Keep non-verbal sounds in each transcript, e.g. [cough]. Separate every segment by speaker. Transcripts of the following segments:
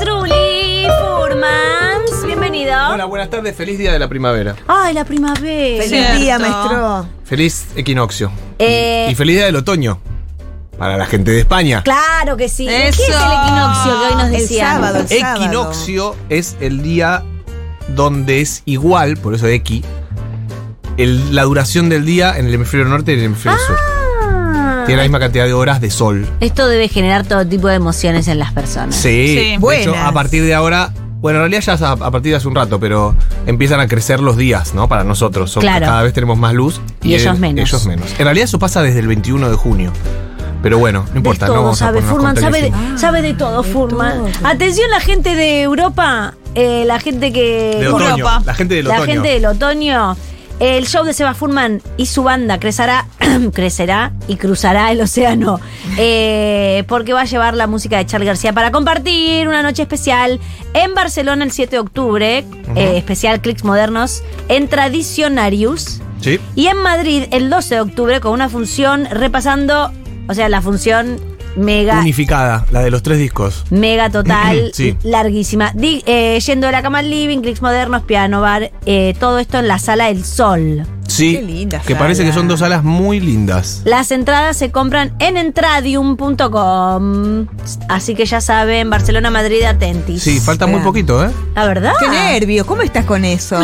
Speaker 1: Trulli Furmans. Bienvenido.
Speaker 2: Hola, buenas tardes, feliz día de la primavera.
Speaker 1: Ay, la primavera.
Speaker 3: Feliz
Speaker 4: Cierto.
Speaker 3: día, maestro.
Speaker 2: Feliz equinoccio.
Speaker 1: Eh,
Speaker 2: Y feliz día del otoño. Para la gente de España.
Speaker 1: claro que sí.
Speaker 4: Eso.
Speaker 1: ¿Qué es el equinoccio que hoy nos
Speaker 3: El
Speaker 1: decían?
Speaker 3: sábado, el sábado.
Speaker 2: Equinoccio es el día donde es igual, por eso equi, el- la duración del día en el hemisferio norte y en el hemisferio sur.
Speaker 1: Ah.
Speaker 2: Tiene la misma cantidad de horas de sol.
Speaker 1: Esto debe generar todo tipo de emociones en las personas.
Speaker 2: Sí, de hecho,
Speaker 3: Buenas.
Speaker 2: a partir de ahora, bueno, en realidad ya es a, a partir de hace un rato, pero empiezan a crecer los días, ¿no? Para nosotros. Son-
Speaker 1: Claro.
Speaker 2: Cada vez tenemos más luz
Speaker 1: Y ellos menos.
Speaker 2: ellos menos. En realidad eso pasa desde el 21 de junio. Pero bueno, no importa,
Speaker 1: Ves
Speaker 2: no
Speaker 1: todo,
Speaker 2: vamos
Speaker 1: sabe.
Speaker 2: a ponernos
Speaker 1: Furman sabe de,
Speaker 2: contexto.
Speaker 1: sabe de todo, Furman. Atención la gente de Europa, eh, la gente que...
Speaker 2: de otoño.
Speaker 4: Europa.
Speaker 2: La gente del
Speaker 1: la
Speaker 2: otoño.
Speaker 1: gente del otoño. El show de Seba Furman y su banda crecerá, [clears throat] crecerá y cruzará el océano. eh, porque va a llevar la música de Charles García para compartir una noche especial en Barcelona el 7 de octubre. eh, especial Clics Modernos en Tradicionarius.
Speaker 2: Sí.
Speaker 1: Y en Madrid, el 12 de octubre, con una función repasando, o sea, la función mega,
Speaker 2: Unificada, la de los tres discos.
Speaker 1: mega total,
Speaker 2: [clears throat] Sí.
Speaker 1: larguísima. Di- eh, yendo de la cama al living, clics modernos, piano bar, eh, todo esto en la sala del sol.
Speaker 2: Sí.
Speaker 3: Qué linda
Speaker 2: Que parece
Speaker 3: sala.
Speaker 2: que son dos alas muy lindas.
Speaker 1: Las entradas se compran en entradium.com. Así que ya saben, Barcelona, Madrid, Atentis.
Speaker 2: Sí, falta muy
Speaker 3: Vean.
Speaker 2: poquito, ¿eh?
Speaker 1: La verdad.
Speaker 3: Qué nervios, ¿cómo estás con eso?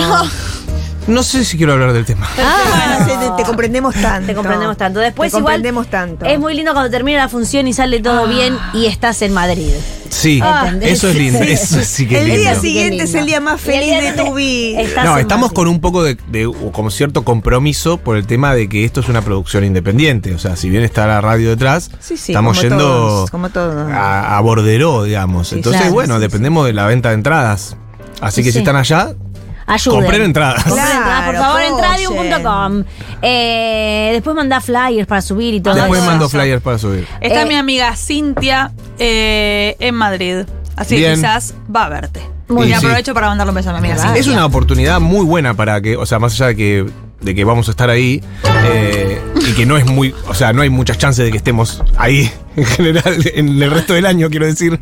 Speaker 2: No sé si quiero hablar del tema.
Speaker 3: Ah, no sé, te, te comprendemos tanto.
Speaker 1: Te comprendemos tanto. Después
Speaker 3: te
Speaker 1: igual
Speaker 3: comprendemos tanto. Ah.
Speaker 1: es muy lindo cuando termina la función y sale todo bien y estás en Madrid.
Speaker 2: Sí,
Speaker 1: Ah,
Speaker 2: eso es lindo.
Speaker 1: sí.
Speaker 2: Eso sí que es
Speaker 3: el
Speaker 2: lindo.
Speaker 3: día
Speaker 1: lindo. Qué
Speaker 3: siguiente
Speaker 1: lindo.
Speaker 3: es el día más
Speaker 1: Y el
Speaker 3: feliz
Speaker 1: día
Speaker 3: de
Speaker 1: siguiente
Speaker 3: tu vida.
Speaker 1: estás
Speaker 2: No,
Speaker 1: en
Speaker 2: estamos
Speaker 1: Madrid.
Speaker 2: con un poco de, de- o como cierto compromiso por el tema de que esto es una producción independiente. O sea, si bien está la radio detrás,
Speaker 3: Sí, sí,
Speaker 2: estamos
Speaker 3: como
Speaker 2: yendo
Speaker 3: todos, como todos.
Speaker 2: A, a borderó, digamos.
Speaker 3: Sí,
Speaker 2: Entonces,
Speaker 1: claro,
Speaker 2: bueno,
Speaker 1: sí,
Speaker 2: dependemos de la venta de entradas. Así que
Speaker 1: Sí.
Speaker 2: si están allá,
Speaker 1: Ayuden.
Speaker 2: Compren entradas.
Speaker 1: Compren entradas, por
Speaker 3: Claro,
Speaker 1: favor,
Speaker 3: apoyen.
Speaker 1: entradium.com. Eh, después mandá flyers para subir y todo
Speaker 2: después
Speaker 1: eso.
Speaker 2: mando flyers para subir.
Speaker 4: Está
Speaker 1: Eh,
Speaker 4: mi amiga Cintia eh, en Madrid. Así que
Speaker 2: Bien.
Speaker 4: quizás va a verte.
Speaker 2: Muy
Speaker 4: y
Speaker 2: bien.
Speaker 4: aprovecho para mandarle un beso a mi amiga Cintia.
Speaker 2: Es una oportunidad muy buena para que, o sea, más allá de que, de que vamos a estar ahí, eh, y que no es muy, o sea, no hay muchas chances de que estemos ahí [laughs] en general en el resto del año, quiero decir,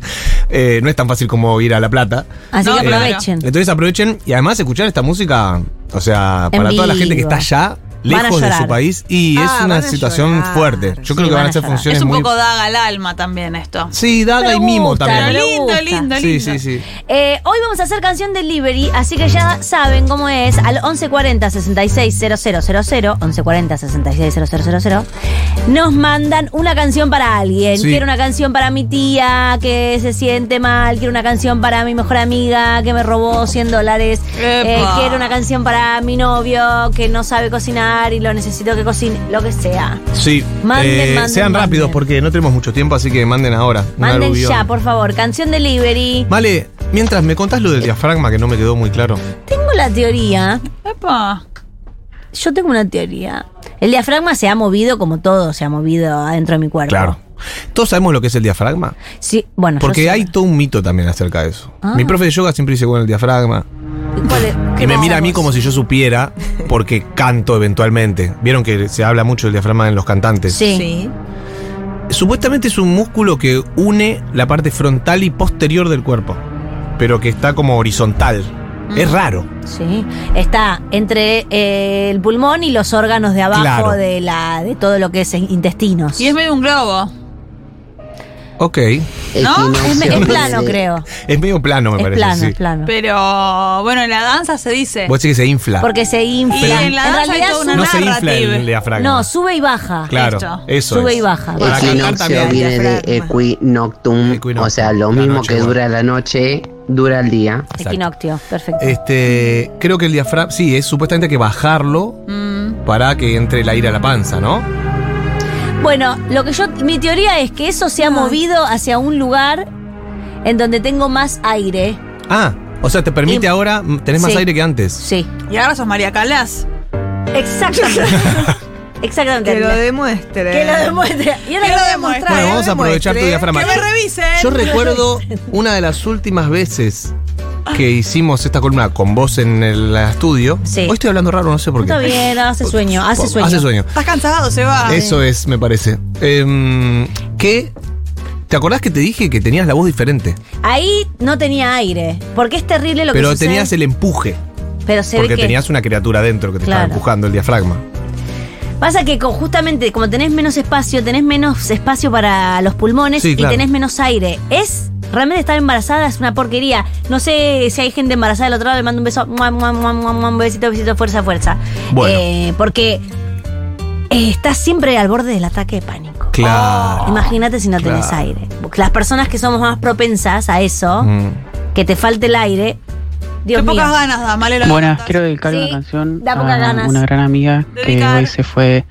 Speaker 2: eh, no es tan fácil como ir a La Plata.
Speaker 1: Así
Speaker 4: No,
Speaker 1: que
Speaker 4: claro.
Speaker 1: aprovechen.
Speaker 2: Eh, Entonces aprovechen y además escuchar esta música, o sea,
Speaker 1: En
Speaker 2: para toda la gente que
Speaker 1: vivo.
Speaker 2: está allá,
Speaker 1: Van a
Speaker 2: lejos de
Speaker 1: llorar.
Speaker 2: su país, y
Speaker 3: Ah,
Speaker 2: es
Speaker 3: van
Speaker 2: una
Speaker 3: a
Speaker 2: situación
Speaker 3: llorar.
Speaker 2: fuerte. Yo creo que
Speaker 1: van
Speaker 2: van
Speaker 1: a
Speaker 2: a ser
Speaker 1: llorar.
Speaker 2: funciones
Speaker 4: Es un
Speaker 2: muy...
Speaker 4: poco daga al alma también esto.
Speaker 2: Sí, daga
Speaker 1: Pero
Speaker 2: y mimo
Speaker 1: gusta,
Speaker 2: también. ¿eh?
Speaker 1: le
Speaker 4: lindo,
Speaker 1: gusta.
Speaker 4: lindo, lindo.
Speaker 2: Sí, sí, sí.
Speaker 1: Eh, hoy vamos a hacer canción delivery, así que ya saben cómo es. Al 1140 660000, 1140 660000, nos mandan una canción para alguien.
Speaker 2: Sí.
Speaker 1: Quiero una canción para mi tía que se siente mal. Quiero una canción para mi mejor amiga que me robó 100 dólares. Eh,
Speaker 4: Epa.
Speaker 1: quiero una canción para mi novio que no sabe cocinar y lo necesito que cocine, lo que sea.
Speaker 2: Sí,
Speaker 1: Manden,
Speaker 2: eh,
Speaker 1: manden,
Speaker 2: sean
Speaker 1: manden.
Speaker 2: rápidos porque no tenemos mucho tiempo, así que manden ahora. un
Speaker 1: Manden
Speaker 2: aluvión.
Speaker 1: ya, por favor, canción delivery.
Speaker 2: Vale, mientras me contás lo del diafragma que no me quedó muy claro.
Speaker 1: Tengo la teoría.
Speaker 4: Epa.
Speaker 1: Yo tengo una teoría. El diafragma se ha movido como todo se ha movido adentro de mi cuerpo.
Speaker 2: Todos sabemos lo que es el diafragma,
Speaker 1: Sí, bueno. yo sí.
Speaker 2: porque hay todo un mito también acerca de eso.
Speaker 1: Ah.
Speaker 2: Mi profe de yoga siempre dice, bueno, el diafragma.
Speaker 1: ¿Cuál es?
Speaker 2: Y me mira a mí
Speaker 1: pensamos?
Speaker 2: como si yo supiera, porque canto eventualmente. Vieron que se habla mucho del diafragma en los cantantes.
Speaker 1: Sí.
Speaker 2: Supuestamente es un músculo que une la parte frontal y posterior del cuerpo, pero que está como horizontal.
Speaker 1: Mm.
Speaker 2: Es raro.
Speaker 1: Sí. Está entre eh, el pulmón y los órganos de abajo
Speaker 2: Claro.
Speaker 1: de la de todo lo que es intestinos.
Speaker 4: Y es medio un globo.
Speaker 2: Ok.
Speaker 4: ¿No?
Speaker 1: Es me- es plano, creo.
Speaker 2: Es medio plano, me
Speaker 1: Es
Speaker 2: parece.
Speaker 1: plano,
Speaker 2: sí.
Speaker 1: es plano.
Speaker 4: Pero bueno, en la danza se dice.
Speaker 2: Vos decís que se infla.
Speaker 1: Porque se infla.
Speaker 4: Y en la danza hay
Speaker 1: realidad
Speaker 4: toda una
Speaker 1: sube-
Speaker 2: no se infla
Speaker 4: narrativa.
Speaker 2: el diafragma.
Speaker 1: no, sube y baja.
Speaker 2: Claro,
Speaker 4: Esto.
Speaker 2: eso
Speaker 1: Sube
Speaker 2: es.
Speaker 1: y baja.
Speaker 2: Para cantar
Speaker 5: Equinoccio
Speaker 2: también.
Speaker 5: viene de equinoctum,
Speaker 2: Equinoctum,
Speaker 5: o sea, lo
Speaker 2: la
Speaker 5: mismo
Speaker 2: noche,
Speaker 5: que
Speaker 2: bueno.
Speaker 5: dura la noche, dura el día.
Speaker 2: Exacto.
Speaker 1: Equinoctio, perfecto.
Speaker 2: Este, creo que el diafragma, sí, es supuestamente hay que bajarlo
Speaker 4: Mm.
Speaker 2: para que entre el aire a la panza, ¿no?
Speaker 1: Bueno, lo que yo, mi teoría es que eso se ha movido hacia un lugar en donde tengo más aire.
Speaker 2: Ah, o sea, te permite
Speaker 1: Y-
Speaker 2: ahora, mm, tenés más
Speaker 1: sí.
Speaker 2: aire que antes.
Speaker 1: Sí.
Speaker 4: Y ahora sos María Calas.
Speaker 1: Exactamente. [laughs] Exactamente.
Speaker 3: Que lo
Speaker 1: Andrea.
Speaker 3: demuestre.
Speaker 1: Que lo demuestre. Y ahora lo
Speaker 4: Que lo
Speaker 1: voy a
Speaker 4: demuestre.
Speaker 1: mostrar.
Speaker 2: Bueno, vamos a
Speaker 3: demuestre
Speaker 2: aprovechar tu diafragma.
Speaker 4: Que me revisen.
Speaker 2: Yo recuerdo una de las últimas veces que hicimos esta columna con vos en el estudio.
Speaker 1: Sí.
Speaker 2: Hoy estoy hablando raro, no sé por qué.
Speaker 1: Está bien, hace sueño, hace sueño. Ah,
Speaker 2: Hace sueño.
Speaker 4: Estás cansado, se va.
Speaker 2: Eso es, me parece. Em, que ¿Te acordás que te dije que tenías la voz diferente?
Speaker 1: Ahí no tenía aire, porque es terrible lo
Speaker 2: pero
Speaker 1: que sucede.
Speaker 2: tenías el empuje.
Speaker 1: Pero se ve
Speaker 2: Porque
Speaker 1: que...
Speaker 2: tenías una criatura dentro que te
Speaker 1: Claro. Oh,
Speaker 2: estaba empujando el diafragma.
Speaker 1: Pasa que con- justamente como tenés menos espacio, tenés menos espacio para los pulmones
Speaker 2: Sí, claro.
Speaker 1: y tenés menos aire. Es realmente estar embarazada es una porquería. No sé si hay gente embarazada del otro lado, le mando un beso, mua, mua, mua, mua, mua, un besito, besito, fuerza, fuerza.
Speaker 2: Bueno.
Speaker 1: Eh, porque eh, estás siempre al borde del ataque de pánico.
Speaker 2: Claro.
Speaker 1: Imagínate si no tenés
Speaker 2: claro.
Speaker 1: aire. Las personas que somos más propensas a eso,
Speaker 2: Mm.
Speaker 1: que te falte el aire, Dios
Speaker 4: Qué
Speaker 1: mío.
Speaker 4: pocas ganas, Damale. la
Speaker 6: Buenas,
Speaker 4: verdad.
Speaker 6: quiero dedicar
Speaker 1: Sí,
Speaker 6: una canción
Speaker 1: da pocas
Speaker 6: a
Speaker 1: ganas.
Speaker 6: una gran amiga que
Speaker 4: Dedicar.
Speaker 6: hoy se fue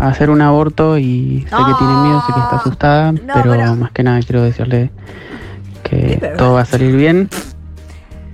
Speaker 6: a hacer un aborto y sé que tiene miedo, sé que está asustada, pero,
Speaker 1: pero-
Speaker 6: más que nada quiero decirle que
Speaker 3: verdad.
Speaker 6: todo va a salir bien.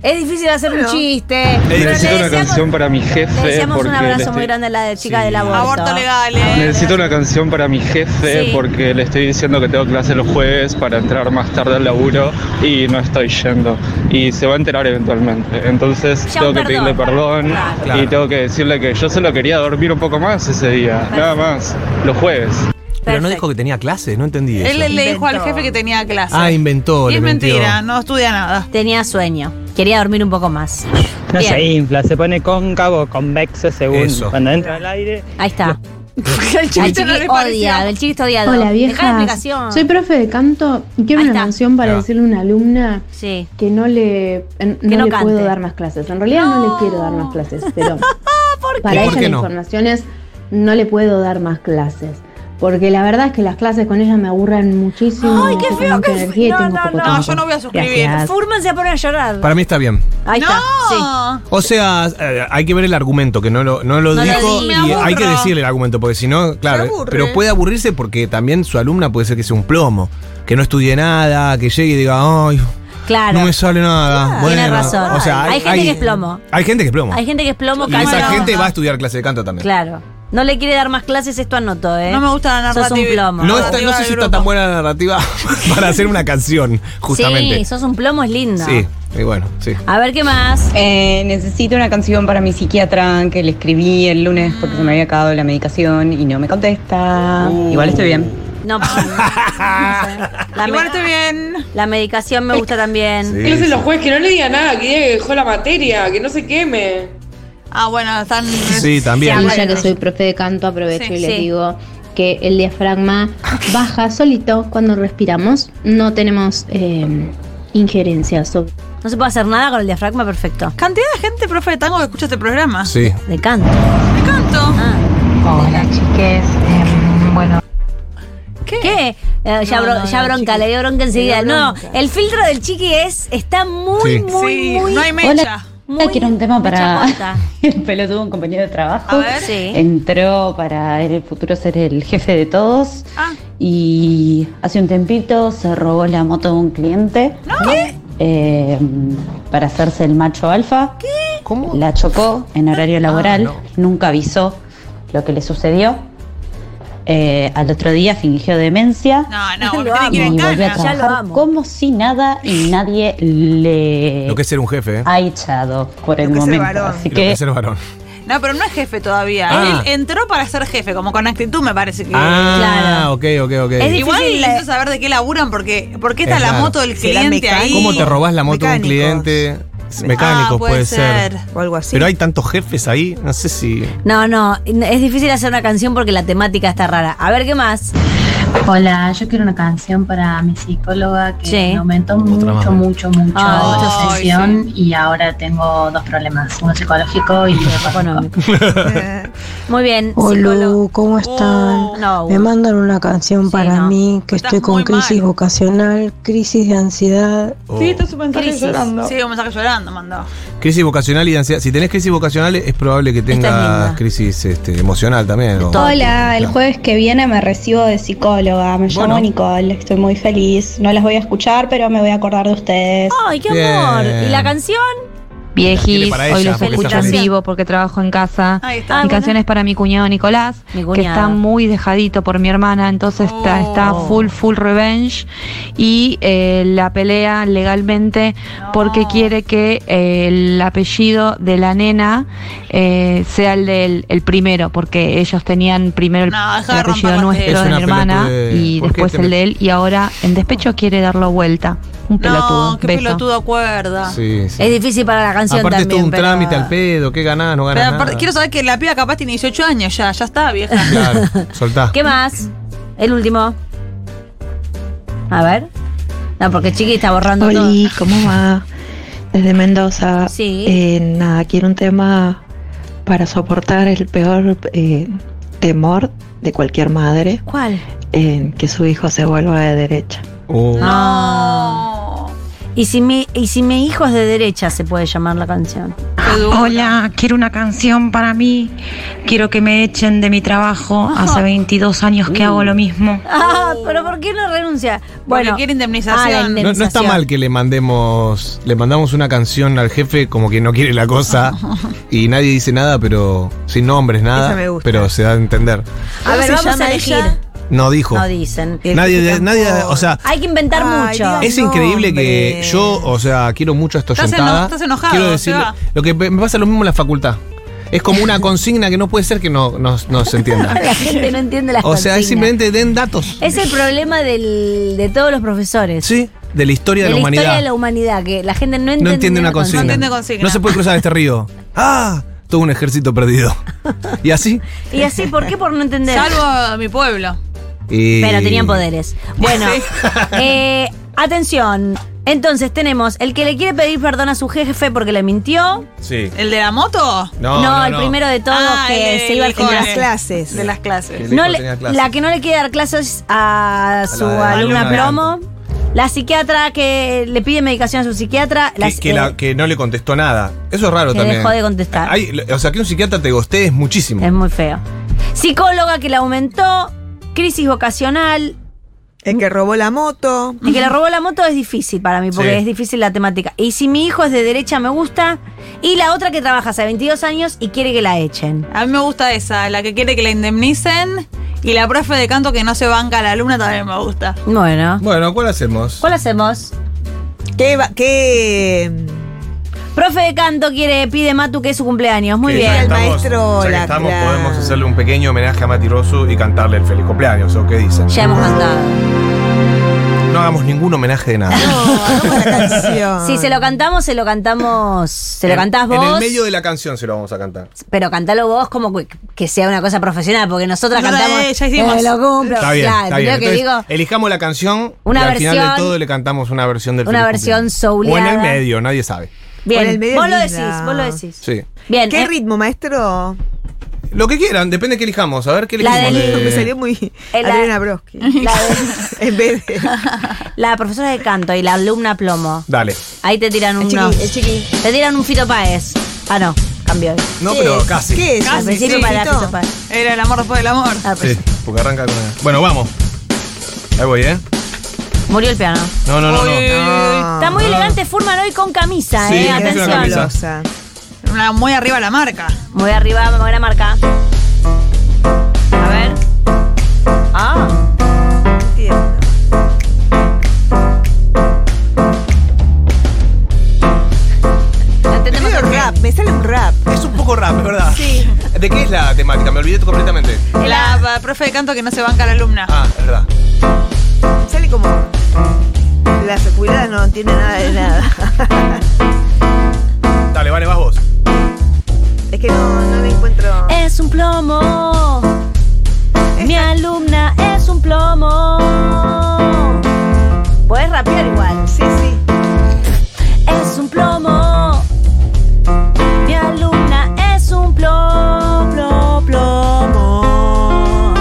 Speaker 1: Es difícil hacer un
Speaker 3: Bueno.
Speaker 1: chiste. pero le
Speaker 7: Necesito una
Speaker 1: deseamos-
Speaker 7: canción para mi
Speaker 1: Le
Speaker 7: jefe.
Speaker 1: deseamos
Speaker 7: porque
Speaker 1: un
Speaker 7: le
Speaker 1: abrazo
Speaker 7: estoy-
Speaker 1: muy grande a la chica
Speaker 2: Sí.
Speaker 1: del aborto.
Speaker 4: Aborto legal, eh.
Speaker 7: Necesito una canción para mi jefe
Speaker 1: Sí.
Speaker 7: porque le estoy diciendo que tengo clase los jueves para entrar más tarde al laburo y no estoy yendo. Y se va a enterar eventualmente. Entonces
Speaker 1: Ya
Speaker 7: tengo
Speaker 1: un
Speaker 7: que
Speaker 1: perdón.
Speaker 7: pedirle perdón
Speaker 2: Claro.
Speaker 7: y tengo que decirle que yo solo quería dormir un poco más ese día.
Speaker 1: Pues
Speaker 7: Nada más. Los jueves.
Speaker 2: Pero no
Speaker 1: Perfecto.
Speaker 2: dijo que tenía clase, no entendí eso.
Speaker 4: Él le dijo al
Speaker 3: Inventó.
Speaker 4: jefe que tenía clase.
Speaker 2: ah, inventó.
Speaker 4: y
Speaker 2: le
Speaker 4: es
Speaker 2: mintió.
Speaker 4: mentira, no estudia nada.
Speaker 1: Tenía sueño. Quería dormir un poco más.
Speaker 8: No
Speaker 1: Bien.
Speaker 8: se infla, se pone cóncavo, convexo según
Speaker 2: Eso.
Speaker 8: cuando entra el aire.
Speaker 1: Ahí está.
Speaker 4: el
Speaker 1: [laughs] El
Speaker 4: chiste no
Speaker 1: chiqui
Speaker 4: le
Speaker 1: odia.
Speaker 4: parecía.
Speaker 1: El chiqui está odiado.
Speaker 9: Hola
Speaker 1: Dejá la
Speaker 9: vieja.
Speaker 1: explicación.
Speaker 9: Soy profe de canto y quiero
Speaker 1: Ahí
Speaker 9: una
Speaker 1: está.
Speaker 9: canción para
Speaker 2: Ya.
Speaker 9: decirle a una alumna
Speaker 1: Sí.
Speaker 9: que no le, en- no
Speaker 1: no
Speaker 9: le
Speaker 1: cante.
Speaker 9: puedo dar más clases. En realidad no,
Speaker 1: No.
Speaker 9: le quiero dar más clases, pero
Speaker 1: [laughs]
Speaker 2: ¿Y
Speaker 9: para
Speaker 2: por
Speaker 9: ella
Speaker 2: qué
Speaker 9: la
Speaker 2: no?
Speaker 9: información es no le puedo dar más clases. Porque la verdad es que las clases con ella me aburren muchísimo.
Speaker 1: Ay, qué
Speaker 9: Yo tengo
Speaker 1: feo
Speaker 9: mucha
Speaker 1: que es-
Speaker 9: energía y
Speaker 1: no,
Speaker 9: tengo
Speaker 1: no,
Speaker 9: poco
Speaker 1: no,
Speaker 9: tiempo.
Speaker 4: yo no voy a suscribir.
Speaker 9: Gracias.
Speaker 1: Furman se pone a llorar.
Speaker 2: Para mí está bien.
Speaker 1: Ahí está. Sí.
Speaker 4: No.
Speaker 2: O sea, eh, hay que ver el argumento, que no lo, no lo
Speaker 1: No lo
Speaker 2: dijo.
Speaker 1: di.
Speaker 2: y
Speaker 4: Me
Speaker 2: hay que
Speaker 4: aburro.
Speaker 2: decirle el argumento, porque si no, claro. eh,
Speaker 3: aburre.
Speaker 2: Pero puede aburrirse porque también su alumna puede ser que sea un plomo, que no estudie nada, que llegue y diga, ay,
Speaker 1: Claro.
Speaker 2: no me sale nada.
Speaker 1: Ah, Tiene
Speaker 2: Bueno,
Speaker 1: razón.
Speaker 2: O sea,
Speaker 1: Hay gente que es plomo.
Speaker 2: Hay gente que es plomo.
Speaker 1: Hay gente que es plomo,
Speaker 2: y
Speaker 1: calma.
Speaker 2: esa
Speaker 4: mala
Speaker 2: gente
Speaker 4: onda.
Speaker 2: va a estudiar clase de canto también.
Speaker 1: Claro. No le quiere dar más clases, esto anoto, ¿eh?
Speaker 4: No me gusta la
Speaker 1: Sos un
Speaker 4: narrativa.
Speaker 1: plomo.
Speaker 2: No,
Speaker 4: Ah,
Speaker 2: está- no
Speaker 4: arriba
Speaker 2: sé
Speaker 4: del
Speaker 2: si está
Speaker 4: grupo.
Speaker 2: tan buena la narrativa [laughs] para hacer una canción, justamente.
Speaker 1: Sí, sos un plomo, es lindo.
Speaker 2: Sí, y bueno, sí.
Speaker 1: A ver qué más.
Speaker 10: Eh, necesito una canción para mi psiquiatra que le escribí el lunes porque se me había acabado la medicación y no me contesta.
Speaker 9: Uh.
Speaker 10: Igual estoy bien.
Speaker 2: [laughs]
Speaker 1: No, pues, no sé. La,
Speaker 4: Igual
Speaker 1: me-
Speaker 4: estoy bien.
Speaker 1: la medicación me gusta también.
Speaker 2: Sí, sí.
Speaker 11: los jueces que no le diga nada, que diga que dejó la materia, que no se queme.
Speaker 4: Ah, bueno, están.
Speaker 2: Sí, también.
Speaker 1: ah,
Speaker 9: Y ya que soy profe de canto, aprovecho
Speaker 4: Sí,
Speaker 9: y les
Speaker 1: sí.
Speaker 9: digo que el diafragma baja solito cuando respiramos. No tenemos eh, injerencia sobre.
Speaker 1: No se puede hacer nada con el diafragma perfecto.
Speaker 4: Cantidad de gente, profe de tango, que escucha este programa.
Speaker 2: Sí.
Speaker 1: De canto.
Speaker 4: Me canto.
Speaker 1: Ah,
Speaker 10: Hola chiques. bueno,
Speaker 1: ¿Qué? Eh, ya,
Speaker 3: No,
Speaker 1: bro-
Speaker 3: no,
Speaker 1: ya
Speaker 3: no,
Speaker 1: bronca,
Speaker 3: chiqui.
Speaker 1: le dio bronca enseguida.
Speaker 3: Le dio
Speaker 1: No,
Speaker 3: bronca.
Speaker 1: el filtro del chiqui es. Está muy,
Speaker 2: Sí.
Speaker 1: muy,
Speaker 4: sí,
Speaker 1: muy.
Speaker 4: no hay mecha.
Speaker 1: muy-
Speaker 9: Ah, Quiero un tema
Speaker 1: mucha
Speaker 9: para-
Speaker 1: corta.
Speaker 9: [laughs] El pelotudo, un compañero de trabajo.
Speaker 4: A ver.
Speaker 1: Sí.
Speaker 9: Entró para en el futuro ser el jefe de todos
Speaker 4: Ah,
Speaker 9: y hace un tempito se robó la moto de un cliente eh, para hacerse el macho alfa.
Speaker 2: ¿Cómo?
Speaker 9: La chocó en horario laboral,
Speaker 2: no.
Speaker 9: nunca avisó lo que le sucedió. Eh, al otro día fingió demencia
Speaker 1: [laughs]
Speaker 4: no, no,
Speaker 1: Lo
Speaker 4: porque tiene que ir
Speaker 1: amo.
Speaker 4: en
Speaker 9: y volvió a
Speaker 4: cana.
Speaker 1: Ya lo
Speaker 9: trabajar
Speaker 1: amo.
Speaker 9: como si nada y nadie le
Speaker 2: Lo que es ser un jefe, ¿eh?
Speaker 9: ha echado por el
Speaker 3: Lo que es el
Speaker 9: momento.
Speaker 3: varón.
Speaker 9: Así
Speaker 2: Lo que
Speaker 9: que
Speaker 2: es ser varón.
Speaker 4: No, pero no es jefe todavía.
Speaker 2: Ah.
Speaker 4: Él entró para ser jefe, como con actitud, me parece que.
Speaker 2: Ah, ok, ok, ok.
Speaker 1: Es difícil.
Speaker 4: Igual
Speaker 1: difícil,
Speaker 4: necesito
Speaker 1: eh.
Speaker 4: saber de qué laburan, porque, porque está
Speaker 2: Es
Speaker 4: la
Speaker 2: raro.
Speaker 4: moto del
Speaker 3: Será
Speaker 4: cliente ahí.
Speaker 3: mecánico.
Speaker 2: ¿Cómo te robás la moto de un
Speaker 3: Mecánicos.
Speaker 2: cliente? Mecánicos,
Speaker 4: Ah,
Speaker 2: puede, ser.
Speaker 3: O algo así.
Speaker 2: Pero hay tantos jefes ahí, no sé si.
Speaker 1: No, no, es difícil hacer una canción porque la temática está rara. A ver qué más.
Speaker 9: Hola, yo quiero una canción para mi psicóloga que
Speaker 1: Sí.
Speaker 9: me aumentó
Speaker 2: Otra más,
Speaker 9: mucho,
Speaker 2: ¿no?
Speaker 9: mucho, mucho
Speaker 4: Ah.
Speaker 1: Ay,
Speaker 9: la
Speaker 4: sí. [laughs]
Speaker 9: sesión y ahora tengo dos problemas, uno psicológico
Speaker 1: [laughs]
Speaker 9: y uno económico.
Speaker 3: Eh,
Speaker 1: Muy bien.
Speaker 12: Oh,
Speaker 1: psicólogo.
Speaker 13: Hola, ¿cómo están?
Speaker 4: Oh,
Speaker 1: No,
Speaker 13: Me mandan una canción
Speaker 1: uh, Sí,
Speaker 13: para
Speaker 1: no.
Speaker 13: mí que
Speaker 4: Estás
Speaker 13: estoy
Speaker 4: muy
Speaker 13: con crisis
Speaker 4: mal.
Speaker 13: vocacional, crisis de ansiedad.
Speaker 2: Oh.
Speaker 1: crisis.
Speaker 4: Sí, un mensaje llorando, mandó.
Speaker 2: Crisis vocacional y de ansiedad. Si tenés crisis vocacional, es probable que
Speaker 1: es
Speaker 2: tengas
Speaker 1: linda.
Speaker 2: crisis este, emocional también. o-
Speaker 9: Hola, Ah, el
Speaker 2: Claro.
Speaker 9: jueves que viene me recibo de psicóloga, me llamo
Speaker 2: Bueno.
Speaker 9: Nicole, estoy muy feliz, no las voy a escuchar pero me voy a acordar de ustedes.
Speaker 1: Ay, qué amor.
Speaker 2: Bien.
Speaker 1: ¿Y la canción?
Speaker 2: tiene
Speaker 12: viejis,
Speaker 2: para
Speaker 12: hoy
Speaker 2: ella,
Speaker 12: los
Speaker 2: porque
Speaker 12: escucho
Speaker 2: está
Speaker 12: en
Speaker 2: feliz.
Speaker 12: vivo porque trabajo en casa.
Speaker 4: Ahí
Speaker 12: Mi
Speaker 4: está. Ah, bueno.
Speaker 12: canción es para mi cuñado Nicolás, que
Speaker 1: cuñado.
Speaker 12: está muy dejadito por mi hermana, entonces está,
Speaker 4: Oh.
Speaker 12: está full, full revenge y eh, la pelea legalmente porque quiere que eh, el apellido de la nena eh, sea el del el primero, porque ellos tenían primero el,
Speaker 4: No, deja
Speaker 12: el
Speaker 4: de romper
Speaker 12: apellido
Speaker 4: las
Speaker 12: nuestro
Speaker 4: pelotas.
Speaker 12: de mi
Speaker 4: Es una
Speaker 12: hermana
Speaker 4: pelotudez.
Speaker 12: y
Speaker 4: ¿Por qué
Speaker 12: después
Speaker 4: te
Speaker 12: el
Speaker 4: met-
Speaker 12: de él y ahora en despecho quiere darlo vuelta. Un pelotudo.
Speaker 4: No, qué
Speaker 12: Beso.
Speaker 4: pelotudo cuerda.
Speaker 2: Sí, sí.
Speaker 1: Es difícil para la canción
Speaker 2: Aparte es
Speaker 1: también.
Speaker 2: todo un
Speaker 1: pero-
Speaker 2: trámite al pedo, qué ganás, no
Speaker 4: Pero
Speaker 2: ganás
Speaker 4: aparte,
Speaker 2: nada.
Speaker 4: quiero saber que la piba capaz tiene 18 años ya, ya está, vieja.
Speaker 2: [laughs] Claro, soltá.
Speaker 1: [laughs] ¿Qué más? El último. A ver. No, porque Chiqui está borrando todo.
Speaker 13: Oli, ¿cómo va? Desde Mendoza.
Speaker 1: Sí.
Speaker 13: Eh, nada, quiero un tema para soportar el peor eh, temor de cualquier madre,
Speaker 1: ¿Cuál?
Speaker 13: eh, que su hijo se vuelva de derecha.
Speaker 2: Oh.
Speaker 1: No. ¿Y si, mi, y si mi hijo es de derecha, se puede llamar la canción. [laughs]
Speaker 14: Hola, quiero una canción para mí. Quiero que me echen de mi trabajo. Hace 22 años
Speaker 3: Uh.
Speaker 14: que hago lo mismo.
Speaker 1: Ah, pero ¿por qué no renuncia? Bueno, quiere indemnización. Ah, la
Speaker 2: No,
Speaker 1: indemnización.
Speaker 2: no está mal que le mandemos, le mandamos una canción al jefe como que no quiere la
Speaker 1: [laughs]
Speaker 2: cosa y nadie dice nada, pero sin nombres, nada.
Speaker 1: Esa me gusta.
Speaker 2: Pero se da a entender.
Speaker 1: A ver,
Speaker 3: se
Speaker 1: vamos
Speaker 3: llama
Speaker 1: a elegir.
Speaker 3: ella?
Speaker 2: No dijo.
Speaker 1: No dicen. "Oh,
Speaker 2: Nadie, de- nadie, de- o sea,
Speaker 1: Hay que inventar mucho.
Speaker 2: es increíble que yo, o sea, quiero mucho a esta
Speaker 1: Estás eno-
Speaker 2: oyuntada.
Speaker 1: estás enojado,
Speaker 2: Quiero
Speaker 1: se
Speaker 2: decirle,
Speaker 1: va.
Speaker 2: lo que me pasa lo mismo en la facultad. Es como una consigna que no puede ser que no, no- no
Speaker 1: [laughs]
Speaker 2: se entienda.
Speaker 1: La gente no entiende las
Speaker 2: [laughs] O sea, es
Speaker 1: consignas.
Speaker 2: simplemente den datos
Speaker 1: Es el problema del- de todos los profesores.
Speaker 2: Sí. de la historia de,
Speaker 1: de
Speaker 2: la,
Speaker 1: la
Speaker 2: humanidad.
Speaker 1: historia de la humanidad, que la gente no entiende,
Speaker 2: no entiende una consigna. No se puede cruzar este [laughs] río. ¡Ah! Todo un ejército perdido. Y [laughs] así.
Speaker 1: Y así, ¿por qué por no entender?
Speaker 4: Salvo a mi pueblo.
Speaker 2: Y-
Speaker 1: Pero tenían poderes. Bueno, [laughs] eh, atención. Entonces tenemos el que le quiere pedir perdón a su jefe porque le mintió.
Speaker 2: Sí.
Speaker 4: ¿El de la moto?
Speaker 1: No, el primero de todos
Speaker 4: Ah,
Speaker 1: que
Speaker 4: el
Speaker 1: se iba al
Speaker 4: hijo
Speaker 1: gimnasio.
Speaker 4: de- De las clases.
Speaker 1: No le- la que no le quiere dar clases a su alumna
Speaker 2: la alumna de
Speaker 1: plomo. La psiquiatra que le pide medicación a su psiquiatra. la-
Speaker 2: Que, que la-
Speaker 1: eh,
Speaker 2: que no le contestó nada. Eso es raro
Speaker 1: que
Speaker 2: también.
Speaker 1: dejó de contestar.
Speaker 2: Hay- o sea, que un psiquiatra te gostee es muchísimo.
Speaker 1: Es muy feo. Psicóloga que la aumentó. Crisis vocacional.
Speaker 3: El que robó la moto.
Speaker 1: El que le robó la moto es difícil para mí, porque
Speaker 3: Sí.
Speaker 1: es difícil la temática. Y si mi hijo es de derecha, me gusta. Y la otra que trabaja hace 22 años y quiere que la echen.
Speaker 4: A mí me gusta esa, la que quiere que la indemnicen. Y la profe de canto que no se banca a la alumna también me gusta.
Speaker 1: Bueno.
Speaker 2: Bueno, ¿cuál hacemos?
Speaker 1: ¿Cuál hacemos?
Speaker 3: ¿Qué, va- qué
Speaker 1: Profe de canto quiere, pide Matu que es su cumpleaños. Muy
Speaker 2: Que
Speaker 1: bien.
Speaker 2: ya estamos- ya que estamos, podemos hacerle un pequeño homenaje a Mati Rosu y cantarle el feliz cumpleaños, ¿o qué dicen?
Speaker 1: Ya hemos cantado.
Speaker 2: No hagamos ningún homenaje de nada.
Speaker 1: Si se lo cantamos, se lo cantamos. [laughs] Se lo
Speaker 2: En-
Speaker 1: cantás vos.
Speaker 2: En el medio de la canción se lo vamos a cantar.
Speaker 1: Pero cantalo vos como que, que sea una cosa profesional, porque nosotras
Speaker 4: Nosotras,
Speaker 1: cantamos.
Speaker 4: eh, ya hicimos.
Speaker 1: "Te lo cumplo.
Speaker 2: Está bien,
Speaker 1: claro,
Speaker 2: está bien.
Speaker 1: creo que digo
Speaker 2: Entonces, Elijamos la canción
Speaker 1: Una
Speaker 2: y al final
Speaker 1: versión-
Speaker 2: de todo le cantamos una versión del
Speaker 1: una
Speaker 2: feliz
Speaker 1: versión
Speaker 2: cumpleaños.
Speaker 1: souleada.
Speaker 2: O en el medio, nadie sabe.
Speaker 1: Bien,
Speaker 3: Por el medio
Speaker 1: vos lo
Speaker 3: linda.
Speaker 1: decís, vos lo decís.
Speaker 2: Sí.
Speaker 1: Bien.
Speaker 3: ¿Qué
Speaker 1: eh,
Speaker 3: ritmo, maestro?
Speaker 2: Lo que quieran, depende de qué elijamos. A ver qué
Speaker 1: La
Speaker 2: elegimos. Eh,
Speaker 1: del-
Speaker 2: de-
Speaker 3: Me salió muy
Speaker 1: El- eh, la-
Speaker 3: Adriana Broski.
Speaker 1: [laughs] la, de-
Speaker 3: En vez de.
Speaker 1: la profesora de canto y la alumna plomo.
Speaker 2: Dale.
Speaker 1: Ahí te tiran un.
Speaker 3: chiqui,
Speaker 1: no.
Speaker 3: el chiqui.
Speaker 1: Te tiran un Fito Páez. Ah, no, cambió.
Speaker 2: No, ¿Qué pero es? casi. ¿Qué es?
Speaker 1: Al
Speaker 2: ¿Un
Speaker 1: principio
Speaker 2: besito?
Speaker 1: para Fito Páez.
Speaker 4: Era el amor después del amor.
Speaker 1: Ah, pues,
Speaker 2: Sí, porque arranca con. Bueno, vamos. Ahí voy, ¿eh?
Speaker 1: Murió el piano.
Speaker 2: No, no, no. no.
Speaker 1: Está muy elegante Furman hoy con camisa,
Speaker 2: Ah. Sí,
Speaker 1: eh.
Speaker 2: es una
Speaker 1: Atención.
Speaker 2: camisa.
Speaker 4: Una muy arriba la marca.
Speaker 1: Muy arriba, buena marca. A ver. Ah.
Speaker 3: Medio rap, me sale un rap.
Speaker 2: Es un poco rap, es verdad. Sí. ¿De qué es la temática? Me olvidé completamente.
Speaker 4: La pa- profe de canto que no se banca a la alumna.
Speaker 2: Ah, es verdad.
Speaker 3: Sale como. Las secuelas no tiene nada de
Speaker 5: [laughs]
Speaker 3: nada.
Speaker 2: Dale, vale, vas vos.
Speaker 3: es que no, no le encuentro.
Speaker 1: Es un plomo.
Speaker 2: Este.
Speaker 1: Mi alumna es un plomo. Puedes rapear igual.
Speaker 3: Sí, sí.
Speaker 1: Es un plomo. Mi alumna es un plomo, plomo, plomo.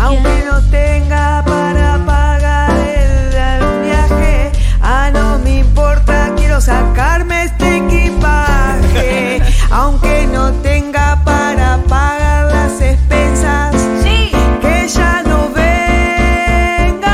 Speaker 3: Aunque no tenga para pagar el, el viaje, ah, no me importa, quiero sacarme este equipaje. Aunque no tenga para pagar las expensas, que ya no venga.
Speaker 2: Ah.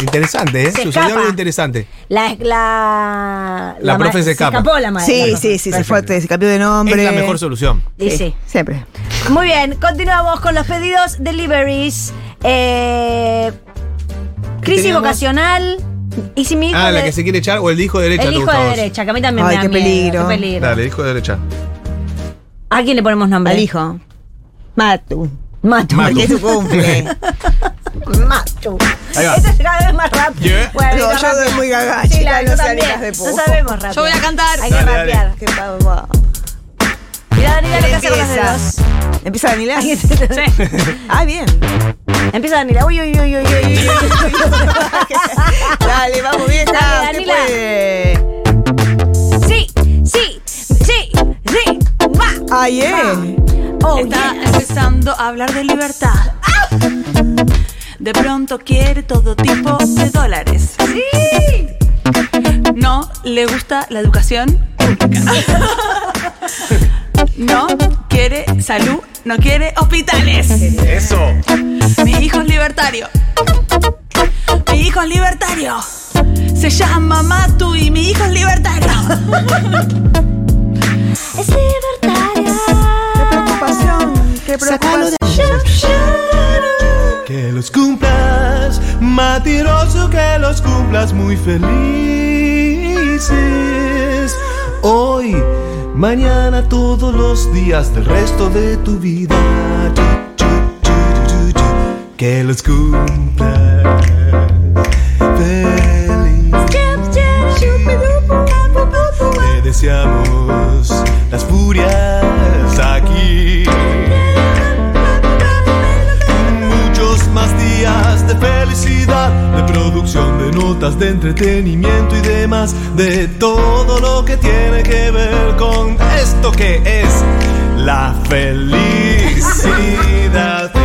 Speaker 5: Interesante, ¿eh?
Speaker 1: Se
Speaker 5: Sucedió
Speaker 1: escapa.
Speaker 5: algo interesante.
Speaker 1: La, la,
Speaker 5: La profe
Speaker 1: ma-
Speaker 5: se escapa.
Speaker 1: escapó la madre.
Speaker 9: Sí, sí, sí, se fue,
Speaker 5: este
Speaker 9: se cambió de nombre.
Speaker 5: Es la mejor solución.
Speaker 1: Y sí.
Speaker 9: Siempre.
Speaker 1: Muy bien, continuamos con los pedidos deliveries. Eh, crisis
Speaker 9: Teníamos-
Speaker 1: vocacional. Y si mi hijo
Speaker 5: Ah, la
Speaker 1: de-
Speaker 5: que se quiere echar o el hijo de derecha.
Speaker 1: el
Speaker 5: te
Speaker 1: hijo
Speaker 5: gusta a
Speaker 1: de
Speaker 5: vos.
Speaker 1: derecha, que a mí también me
Speaker 9: Ay,
Speaker 1: da
Speaker 9: qué
Speaker 1: miedo,
Speaker 9: peligro.
Speaker 1: qué peligro.
Speaker 5: Dale, hijo de derecha.
Speaker 1: ¿A quién le ponemos nombre?
Speaker 9: Al hijo. Matu.
Speaker 1: Matu.
Speaker 5: Matu.
Speaker 9: Porque es
Speaker 5: [laughs]
Speaker 9: su cumple.
Speaker 1: Machu.
Speaker 5: Ahí va.
Speaker 1: Eso es cada vez más rápido.
Speaker 5: Yeah.
Speaker 1: Voy a
Speaker 9: No,
Speaker 1: venir
Speaker 9: yo
Speaker 1: rápida.
Speaker 9: soy muy gaga,
Speaker 1: Sí,
Speaker 9: chica,
Speaker 1: la-
Speaker 9: no
Speaker 1: yo
Speaker 9: se
Speaker 1: también.
Speaker 9: alejas de poco.
Speaker 1: No sabemos rápido.
Speaker 4: Yo voy a cantar.
Speaker 1: Hay que
Speaker 5: Dale, dale.
Speaker 1: rapear.
Speaker 9: Qué pavo.
Speaker 1: Mirá, Daniela, lo que hace con los
Speaker 9: Empieza.
Speaker 1: dedos.
Speaker 9: Empieza Daniela.
Speaker 1: Sí.
Speaker 9: [laughs] Ah, bien.
Speaker 1: Empieza Daniela. Uy, uy, uy, uy, uy, uy, uy.
Speaker 9: [laughs] Dale, vamos bien,
Speaker 1: Dale,
Speaker 9: Cam, se
Speaker 1: Daniela.
Speaker 9: puede.
Speaker 1: Sí, sí, sí, sí. Va.
Speaker 9: Ay, eh.
Speaker 1: Oh,
Speaker 4: Está
Speaker 1: yeah.
Speaker 4: empezando a hablar de libertad. De pronto quiere todo tipo de dólares. No le gusta la educación pública. No quiere salud, no quiere hospitales.
Speaker 5: Eso.
Speaker 4: Mi hijo es libertario. Mi hijo es libertario. Se llama Matu y mi hijo es libertario.
Speaker 1: Es libertaria.
Speaker 9: Qué preocupación, qué preocupación.
Speaker 2: Que los cumplas, matiroso, que los cumplas muy felices. Hoy, mañana, todos los días del resto de tu vida. Chu, chu, chu, chu, chu, chu. Que los cumplas. feliz. Te deseamos las furias aquí. Muchos más días de felicidad, de producción de notas, de entretenimiento y demás, de todo lo que tiene que ver con esto que es la felicidad.